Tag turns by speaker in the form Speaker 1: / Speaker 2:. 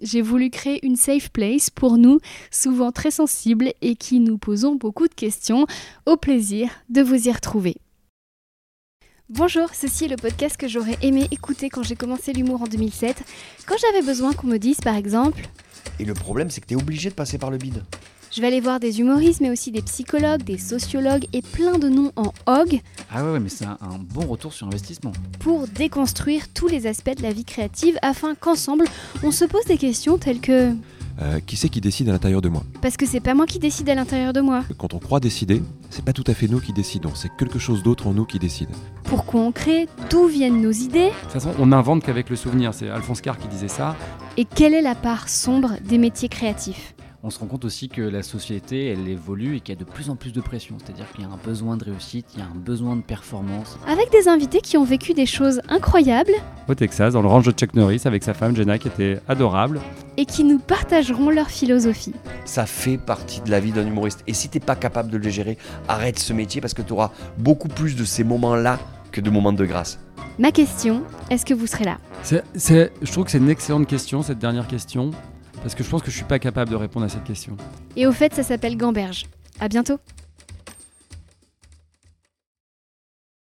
Speaker 1: J'ai voulu créer une safe place pour nous, souvent très sensibles et qui nous posons beaucoup de questions. Au plaisir de vous y retrouver. Bonjour, ceci est le podcast que j'aurais aimé écouter quand j'ai commencé l'humour en 2007, quand j'avais besoin qu'on me dise par exemple
Speaker 2: Et le problème, c'est que t'es obligé de passer par le bide.
Speaker 1: je vais aller voir des humoristes mais aussi des psychologues, des sociologues et plein de noms en hog
Speaker 3: Ah ouais, ouais, mais c'est un, un bon retour sur investissement.
Speaker 1: pour déconstruire tous les aspects de la vie créative afin qu'ensemble on se pose des questions telles que
Speaker 4: Euh, qui c'est qui décide à l'intérieur de moi
Speaker 1: parce que c'est pas moi qui décide à l'intérieur de moi,
Speaker 4: Quand on croit décider, c'est pas tout à fait nous qui décidons, c'est quelque chose d'autre en nous qui décide.
Speaker 1: pourquoi on crée, d'où viennent nos idées
Speaker 3: De toute façon, on n'invente qu'avec le souvenir. C'est Alphonse Carr qui disait ça.
Speaker 1: et quelle est la part sombre des métiers créatifs.
Speaker 5: on se rend compte aussi que la société, elle évolue et qu'il y a de plus en plus de pression. C'est-à-dire qu'il y a un besoin de réussite, il y a un besoin de performance.
Speaker 1: Avec des invités qui ont vécu des choses incroyables
Speaker 6: au Texas, dans le ranch de Chuck Norris, avec sa femme Jenna, qui était adorable.
Speaker 1: et qui nous partageront leur philosophie.
Speaker 2: Ça fait partie de la vie d'un humoriste. Et si t'es pas capable de le gérer, arrête ce métier parce que t'auras beaucoup plus de ces moments-là que de moments de grâce.
Speaker 1: Ma question, est-ce que vous serez là
Speaker 3: C'est- c'est- je trouve que c'est une excellente question, cette dernière question, parce que je pense que je suis pas capable de répondre à cette question.
Speaker 1: Et au fait, ça s'appelle Gamberge. À bientôt